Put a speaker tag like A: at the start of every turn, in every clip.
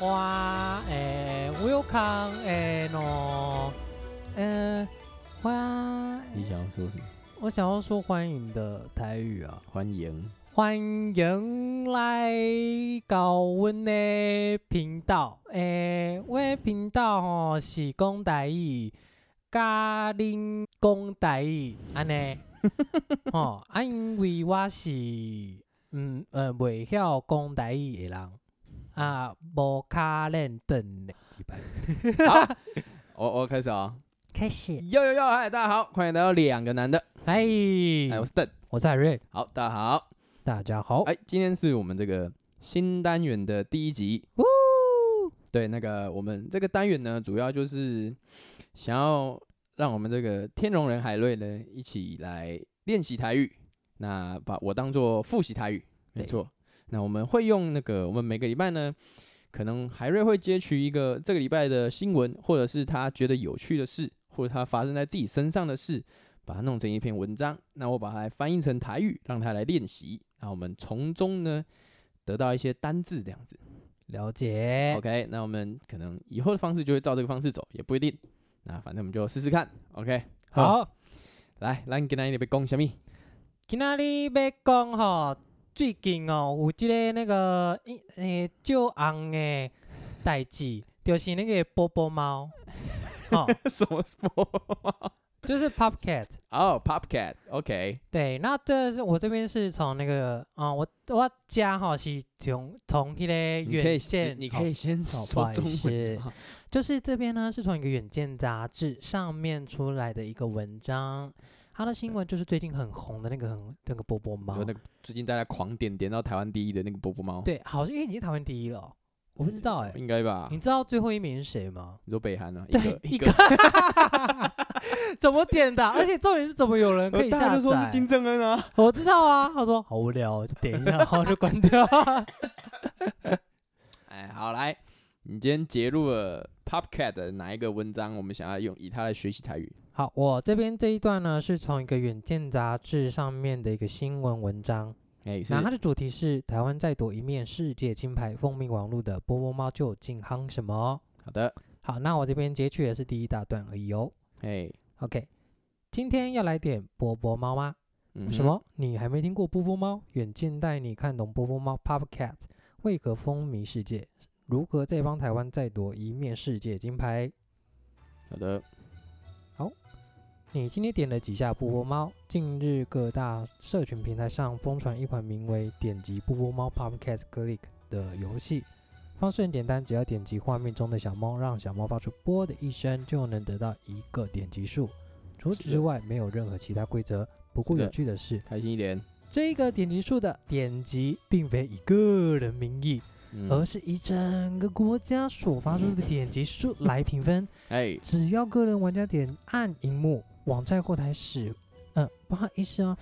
A: 哇诶，welcome 诶喏，嗯，哇，
B: 你想要说什么？
A: 我想要说欢迎的台语啊，
B: 欢迎，
A: 欢迎来到阮的频道，诶，我的频道吼是讲台语，甲恁讲台语，安尼，吼，啊，因为我是，嗯呃，袂晓讲台语的人。啊，无卡练凳嘞，几百。
B: 好，我我开始啊，
A: 开始。
B: 哟哟哟，嗨，大家好，欢迎来到两个男的，
A: 嗨，
B: 哎，我是邓，
A: 我是海瑞，
B: 好，大家好，
A: 大家好。
B: 哎，今天是我们这个新单元的第一集，
A: 呜，
B: 对，那个我们这个单元呢，主要就是想要让我们这个天龙人海瑞呢，一起来练习台语，那把我当做复习台语，没
A: 对
B: 错。那我们会用那个，我们每个礼拜呢，可能海瑞会截取一个这个礼拜的新闻，或者是他觉得有趣的事，或者他发生在自己身上的事，把它弄成一篇文章。那我把它翻译成台语，让他来练习。那我们从中呢，得到一些单字这样子。
A: 了解。
B: OK，那我们可能以后的方式就会照这个方式走，也不一定。那反正我们就试试看。OK，，
A: 好，
B: 来，咱今天要讲什么？
A: 今仔日要讲吼，最近哦有一个那个一诶照红的代志，就是那个波波 猫，哦，
B: 什么
A: 就是 Pop Cat。
B: 哦、p o p Cat。OK，
A: 对，那这是我这边是从那个啊、我我家哈是从从一个
B: 你可以
A: 远
B: 先，
A: 见，
B: 你
A: 哦
B: 可以先
A: 好
B: 说
A: 不好意
B: 中文
A: 思
B: 好。
A: 就是这边呢，是从一个远见杂志上面出来的一个文章，它的新闻就是最近很红的那个很那个波波
B: 你
A: 猫
B: 说，那个最近大家狂点点到台湾第一的那个波波猫，，
A: 对，好像因为已经台湾第一了哦，我不知道哎、
B: 应该吧？
A: 你知道最后一名是谁吗？
B: 你说北韩嗯啊，一
A: 对
B: 个，
A: 一
B: 个
A: 个，， 怎么点的啊？而且重点是怎么有人可以
B: 呃哦大家
A: 下
B: 都说是金
A: 载？
B: 正恩啊。
A: 我知道啊，他说好无聊哦，就点一下，然后就关掉。
B: 哎，好来，你今天截录了 Pop Cat 的哪一个文章？我们想要用以它来学习台语。
A: 好，我这边这一段呢，是从一个远见杂志上面的一个新闻文章。
B: 哎，是
A: 那它的主题是台湾再夺一面世界金牌，风靡网络的波波猫究竟夯什么？
B: 好的，
A: 好，那我这边截取的是第一大段而已哦。
B: 哎，
A: OK，今天要来点波波猫吗？
B: 嗯
A: 什
B: 哼？
A: 么？你还没听过波波猫？远近带你看懂波波猫 Pop Cat 为何风靡世界，如何再帮台湾再夺一面世界金牌？
B: 好的，
A: 你今天点了几下波波猫？近日各大社群平台上疯传一款名为“点击波波猫 Podcast Click” 的游戏，方式很简单，只要点击画面中的小猫，让小猫发出“啵”的一声，就能得到一个点击数。除此
B: 是的
A: 之外，没有任何其他规则。不过
B: 是的
A: 有趣的是，
B: 开心一点。
A: 这个点击数的点击并非以个人名义，
B: 嗯
A: 而是以整个国家所发出的点击数来评分。
B: 哎，
A: 只要个人玩家点按荧幕，网站后台使，呃，不好意思啊，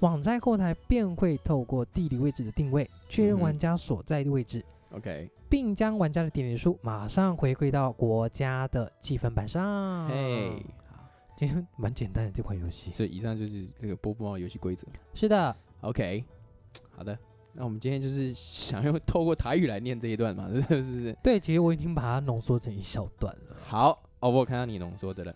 A: 网站后台便会透过地理位置的定位确认
B: 嗯哼
A: 玩家所在的位置，
B: OK，
A: 并将玩家的点击数马上回馈到国家的积分板上。
B: 嘿，
A: 今天蛮简单的这款游戏。
B: 所以以上就是这个波波猫游戏规则。
A: 是的，
B: OK，好的，那我们今天就是想用透过台语来念这一段嘛， 是不是？
A: 对，其实我已经把它浓缩成一小段了。
B: 好，哦，我有看到你浓缩的了。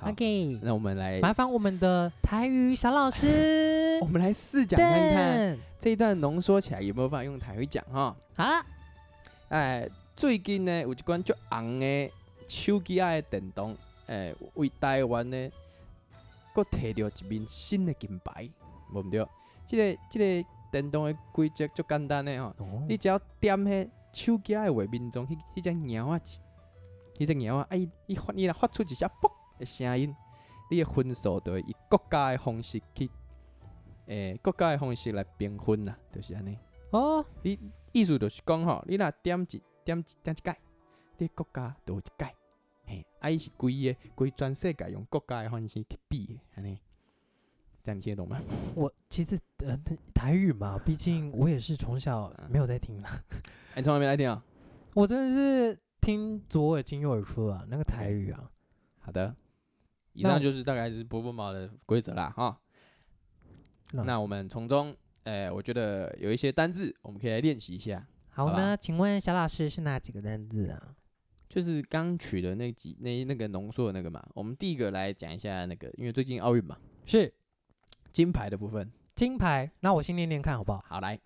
B: 好
A: OK，
B: 那我们来，
A: 麻烦我们的台语小老师
B: 我们来试讲看看
A: 邓。
B: 这一段浓缩起来有没有办法用台语讲哈。
A: 啊，
B: 哎，最近呢有一款足红的手机啊仔的电动，哎，为台湾呢，佫摕到一面新的金牌，无毋对？即、个即、个电动的规则足简单诶吼，
A: 哦
B: 你只要点迄手机仔的画面中，迄迄只猫仔，迄只猫仔，啊伊伊发伊若发出一只啵的声音，你的分数就会以国家的方式去，诶、国家的方式来评分啦，就是安尼。
A: 哦，
B: 意思就是讲吼，你若点一点一点一届，你的国家就有一届。嘿，啊，伊是规个规全世界用国家的方式去比的，安尼，这样你听得懂吗？
A: 我其实呃台语嘛，
B: 嗯
A: 毕竟我也是从小没有在听啦，
B: 你从来没来听啊？
A: 我真的是听左耳进右耳出啊，那个台
B: 嗯
A: 语啊。
B: 好的，以
A: 那
B: 上
A: 我
B: 就是大概是波波猫的规则啦，哈。
A: 那
B: 那我们从中，诶、我觉得有一些单字，我们可以来练习一下。
A: 好
B: 好吧
A: 那请问小老师是哪几个单字啊？
B: 就是刚取的那几那那个浓缩的那个嘛。我们第一个来讲一下那个，因为最近奥运嘛，
A: 是
B: 金牌的部分。
A: 金牌，那我先念念看好不好？
B: 好，来，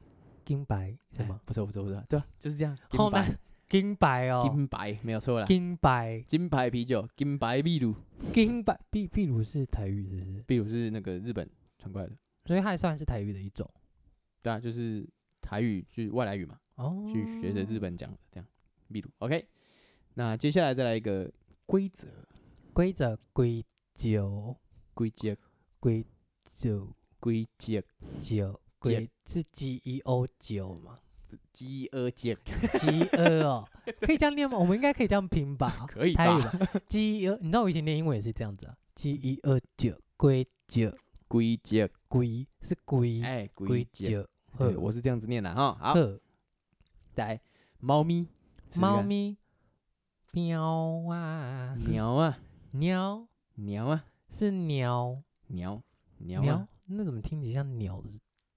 A: 金牌什么
B: 哎？？不错不错不错，对啊，就是这样。金
A: 好
B: 牌
A: 难，金牌哦，
B: 金牌没有错啦。
A: 金牌，
B: 金牌啤酒，金牌秘鲁，
A: 金牌，秘秘鲁是台语是不是？
B: 秘鲁是那个日本传过来的，
A: 所以它也算是台语的一种
B: 对啊，就是台语就是外来语嘛，
A: 哦。
B: 去学着日本讲的这样。秘鲁，OK。那接下来再来一个规则，
A: 规则规九
B: 规则，
A: 规九
B: 规则，
A: 九规是 G E O 九嘛
B: 饥饿节
A: ？G 二 哦，可以这样念吗？我们应该可以这样拼吧？
B: 可以
A: 台语
B: 吧？
A: 吧？G E，二，你知道我以前念英文也是这样子啊，G 一二九规九
B: 规则，
A: 规是规
B: 哎，
A: 规
B: 规则。
A: 九，
B: 对，我是这样子念的哈。好，
A: 呵
B: 来，猫咪，试试
A: 猫
B: 看，
A: 咪喵啊
B: 鸟啊，
A: 喵
B: 鸟啊，
A: 是鸟
B: 鸟，鸟
A: 鸟
B: 啊，，
A: 那怎么听起来像鸟的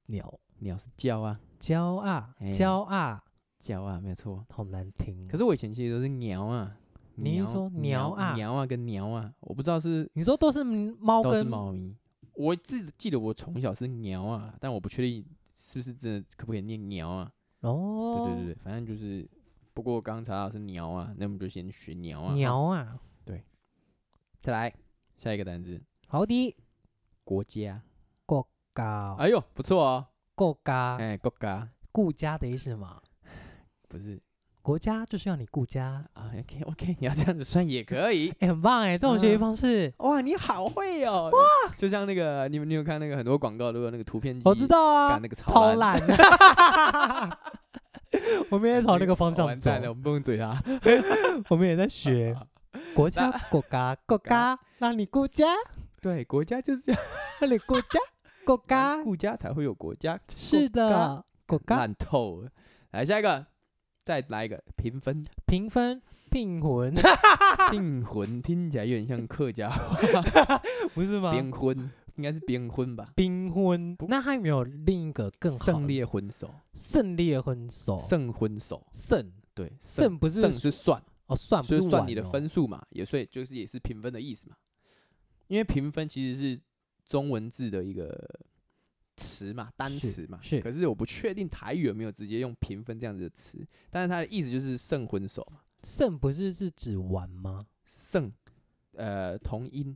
A: 鸟？
B: 鸟是叫啊，
A: 骄傲
B: 哎
A: 骄傲，
B: 叫啊，没有错。
A: 好难听。
B: 可是我以前其实都是鸟啊，
A: 你是
B: 鸟
A: 说鸟
B: 鸟
A: 啊
B: 鸟啊跟鸟啊，我不知道是
A: 你说都是猫
B: 都是
A: 跟
B: 猫咪。我自记得我从小是鸟啊，但我不确定是不是真的可不可以念鸟啊。对
A: 哦，
B: 对对对，反正就是，不过刚查到是鸟啊，那我们就先学鸟啊。，
A: 鸟啊，
B: 再来下一个单词，
A: 好的，
B: 国家。
A: 国家
B: 哎呦，不错哦，
A: 国家
B: 哎，国家
A: 顾家的意思嘛，
B: 不是
A: 国家就是要你顾家，
B: 啊，OK OK，你要这样子算也可 以。
A: 哎，很棒哎，这种学习
B: 嗯
A: 方式
B: 哇，你好会哦！哇，就像那个，你们你有看那个很多广告都有那个图片机，
A: 我知道啊
B: 干，那个
A: 超
B: 烂，
A: 懒， 我们也朝那个方向
B: 完
A: 走，
B: 蛋了，我们不能嘴 他。
A: 我们也在学 国家国家国家，让你顾家，
B: 对，国家就是这样，
A: 让你顾家国家，
B: 顾家才会有 国家，
A: 是的，国家
B: 烂透了。来下一个，再来一个评分，
A: 评分聘 魂
B: 订婚听起来有点像客 家话，
A: 不是吗？
B: 边婚应该是边婚吧？
A: 冰婚，那还有没有另一个更好的
B: 胜烈婚手，
A: 胜烈婚手？
B: 胜婚手，
A: 胜
B: 对，
A: 胜不是
B: 哦胜是算。
A: 哦，算不
B: 所以算
A: 玩
B: 你的
A: 哦
B: 分数嘛，也所以就是也是评分的意思嘛。因为评分其实是中文字的一个词嘛，单
A: 是
B: 词嘛。
A: 是
B: 可是我不确定台语有没有直接用评分这样子的词，但是它的意思就是胜婚手嘛，
A: 胜不是是指玩吗？
B: 胜，呃，同音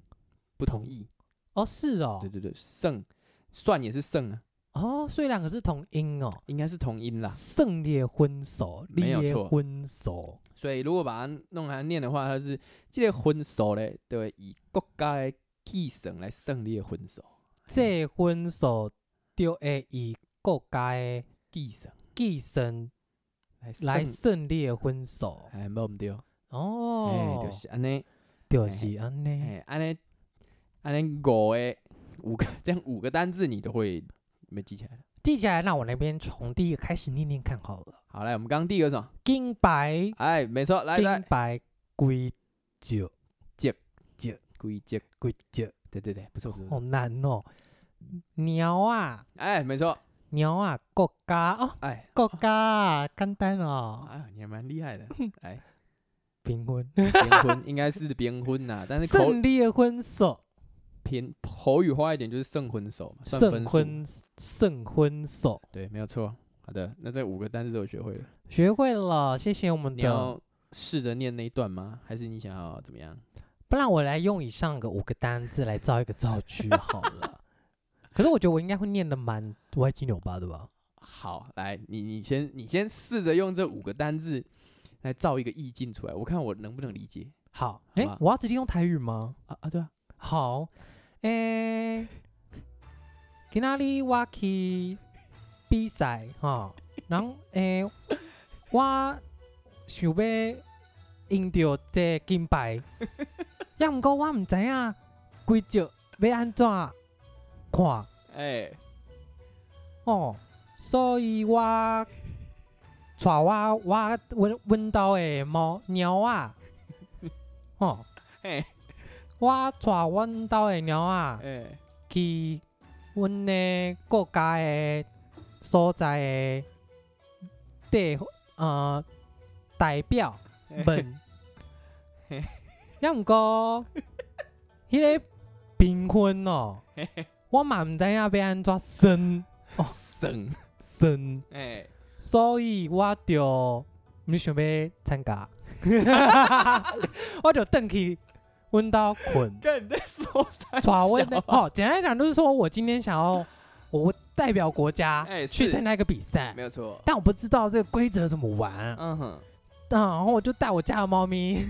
B: 不同
A: 同
B: 义。
A: 哦，是哦
B: 对，对对，胜算也是胜啊，
A: 哦，所以两个是同音哦。
B: 应该是同音啦。
A: 胜烈婚手，
B: 啊没有
A: 烈
B: 错哎
A: 婚手，
B: 所以如果把它弄来念的话，它是这个婚手嘞，对，以国家的继承来胜利的婚手，
A: 这婚手就会以国家的
B: 继承
A: 继承
B: 来
A: 来
B: 胜
A: 胜烈婚手。
B: 哎，无毋对，哎，
A: 哦
B: 就，是安尼，
A: 就是安尼，
B: 哎，安尼，安尼五个五个这样五个单字你都会没记起来了。
A: 记起来，那我那边从第一个开始念念看好了。
B: 好，来，我们刚刚第一个是什么？
A: 金牌。
B: 哎，没错，来
A: 金
B: 来，
A: 牌规矩
B: 规则，
A: 规矩，
B: 对对对，不错不错不
A: 好
B: 错。
A: 难哦。鸟啊，
B: 哎，没错，
A: 鸟啊，国家哦，
B: 哎，
A: 国家 啊，简单哦，
B: 哎，你还蛮厉害的。哎，
A: 平婚，
B: 边婚应该是边婚呐，但是口
A: 胜烈婚手，
B: 偏口语化一点就是胜婚手嘛，算分
A: 胜
B: 数。
A: 婚，胜婚手，
B: 对，没有错。好的，那这五个单字都学会了。
A: 学会了，谢谢我们
B: 你
A: 的。
B: 要试着念那一段吗？还是你想要怎么样？
A: 不然我来用以上个五个单字来造一个造句好 了。可是我觉得我应该会念的蛮歪七扭八的吧？
B: 好，来，你你先你先试着用这五个单字来造一个意境出来，我看我能不能理解。
A: 好，哎
B: 吧，
A: 我要直接用台语吗？
B: 啊啊，对啊，
A: 好，诶、今仔日我去比赛吼，然后诶、我想要赢着这金牌，也毋过我毋知影规则要安怎看
B: 哎、
A: 哦，所以我带我我阮阮兜的猫猫仔，吼，
B: 嘿
A: 我带阮兜的猫仔。
B: 哎、
A: 去阮的国家的所在的地呃代表问，要毋过，迄个评分哦，我嘛毋知影要安怎算哦
B: 算，
A: 算，
B: 哎，
A: 所以我就毋想要参加，我就转去阮兜困。
B: 跟你在说 啥
A: 耍问的哦，简单来讲就是说我今天想要我代表国家
B: 哎是
A: 去参加一个比赛
B: 没，有错，
A: 但我不知道这个规则怎么玩，啊
B: 嗯哼，
A: 然后我就带我家的猫 咪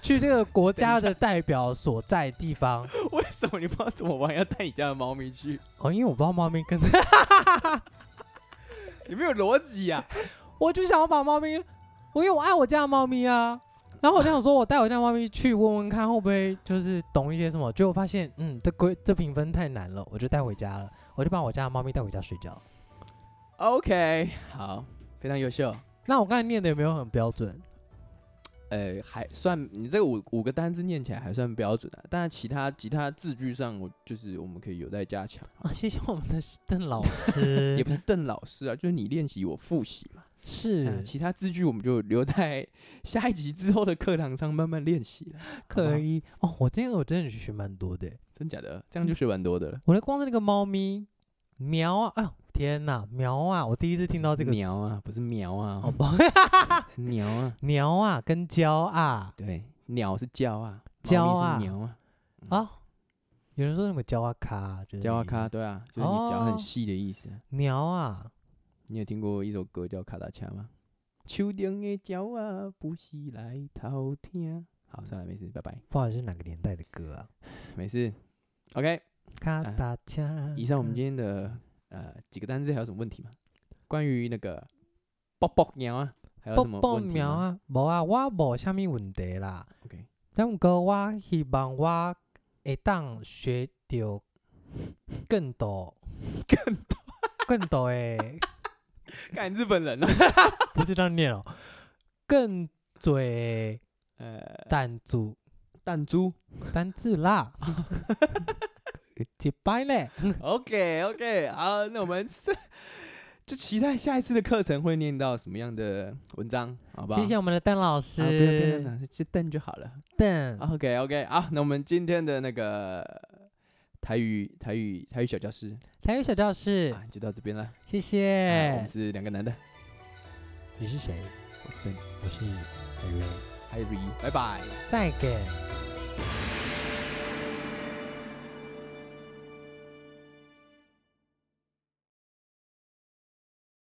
A: 去这个国家
B: 等
A: 的代表所在地方。
B: 为什么你不知道怎么玩，要带你家的猫咪去？
A: 哦，因为我不知道猫咪跟，
B: 有没有逻辑啊？
A: 我就想要把猫咪，我因为我爱我家的猫咪啊。然后我就想说，我带我家的猫咪去问问看，会不会就是懂一些什么？结果发现，嗯，这规这评分太难了，我就带回家了。我就把我家的猫咪带回家睡觉。
B: OK，好，非常优秀。
A: 那我刚才念的有没有很标准？
B: 呃，还算你这五五个单字念起来还算标准啊，但是其他其他字句上，我就是我们可以有待加强啊
A: 啊，谢谢我们的邓老师，
B: 也不是邓老师啊， 就是你练习，我复习嘛。
A: 是
B: 呃其他字句我们就留在 下一集之后的课堂上慢慢练习了，好不
A: 可
B: 好
A: 以哦。我今天我真的学蛮多的耶，
B: 真假的？这样就学蛮多的了。
A: 我的光是那个猫咪喵啊，哎呦天哪，喵啊！我第一次听到这个
B: 苗啊，不是苗啊，
A: 哦，不
B: 是苗啊，
A: 喵啊跟叫啊
B: 对，鸟是叫啊，
A: 叫
B: 猫
A: 啊
B: 咪是鸟啊，
A: 啊，有人说什么叫啊卡，就是
B: 叫啊
A: 那
B: 咔，
A: 个
B: 对啊，就是你脚很
A: 哦
B: 细的意思啊。
A: 喵啊，
B: 你有听过一首歌叫《卡达恰》吗？秋天的鸟啊，不是来偷听。好，算了，没事，拜拜，
A: 不好意思，是哪个年代的歌啊？
B: 没事。OK，
A: 咔
B: 啊
A: 哒恰，
B: 以上我们
A: 咔
B: 今天的呃几个单字还有什么问题吗？关于那个抱抱鸟啊，还有什么
A: 爆爆
B: 问题
A: 喵
B: 吗
A: 啊，无啊，我无虾米问题啦。
B: ？OK，
A: 但毋过我希望我会当学到更多、更多、更多诶，
B: 看日本人啊，
A: 不是这样念哦，更多的
B: 呃，
A: 单字
B: 弹 珠。
A: 单字啦，一摆咧，
B: OK OK，好，那我们是就期待下一次的课程会念到什么样的文章，好不好？
A: 谢谢我们的邓老
B: 啊，不用不用啊
A: 师，嗯
B: 了，就瞪就好了。
A: 邓，
B: OK OK，好，那我们今天的那个台语台语台语小教室
A: 台语小教室，
B: 啊，就到这边了。
A: 谢
B: 啊我
A: 谢
B: 们。是两个男的，
A: 你是谁？
B: 我是邓
A: 我是海瑞，
B: 海瑞，拜拜。
A: 再见。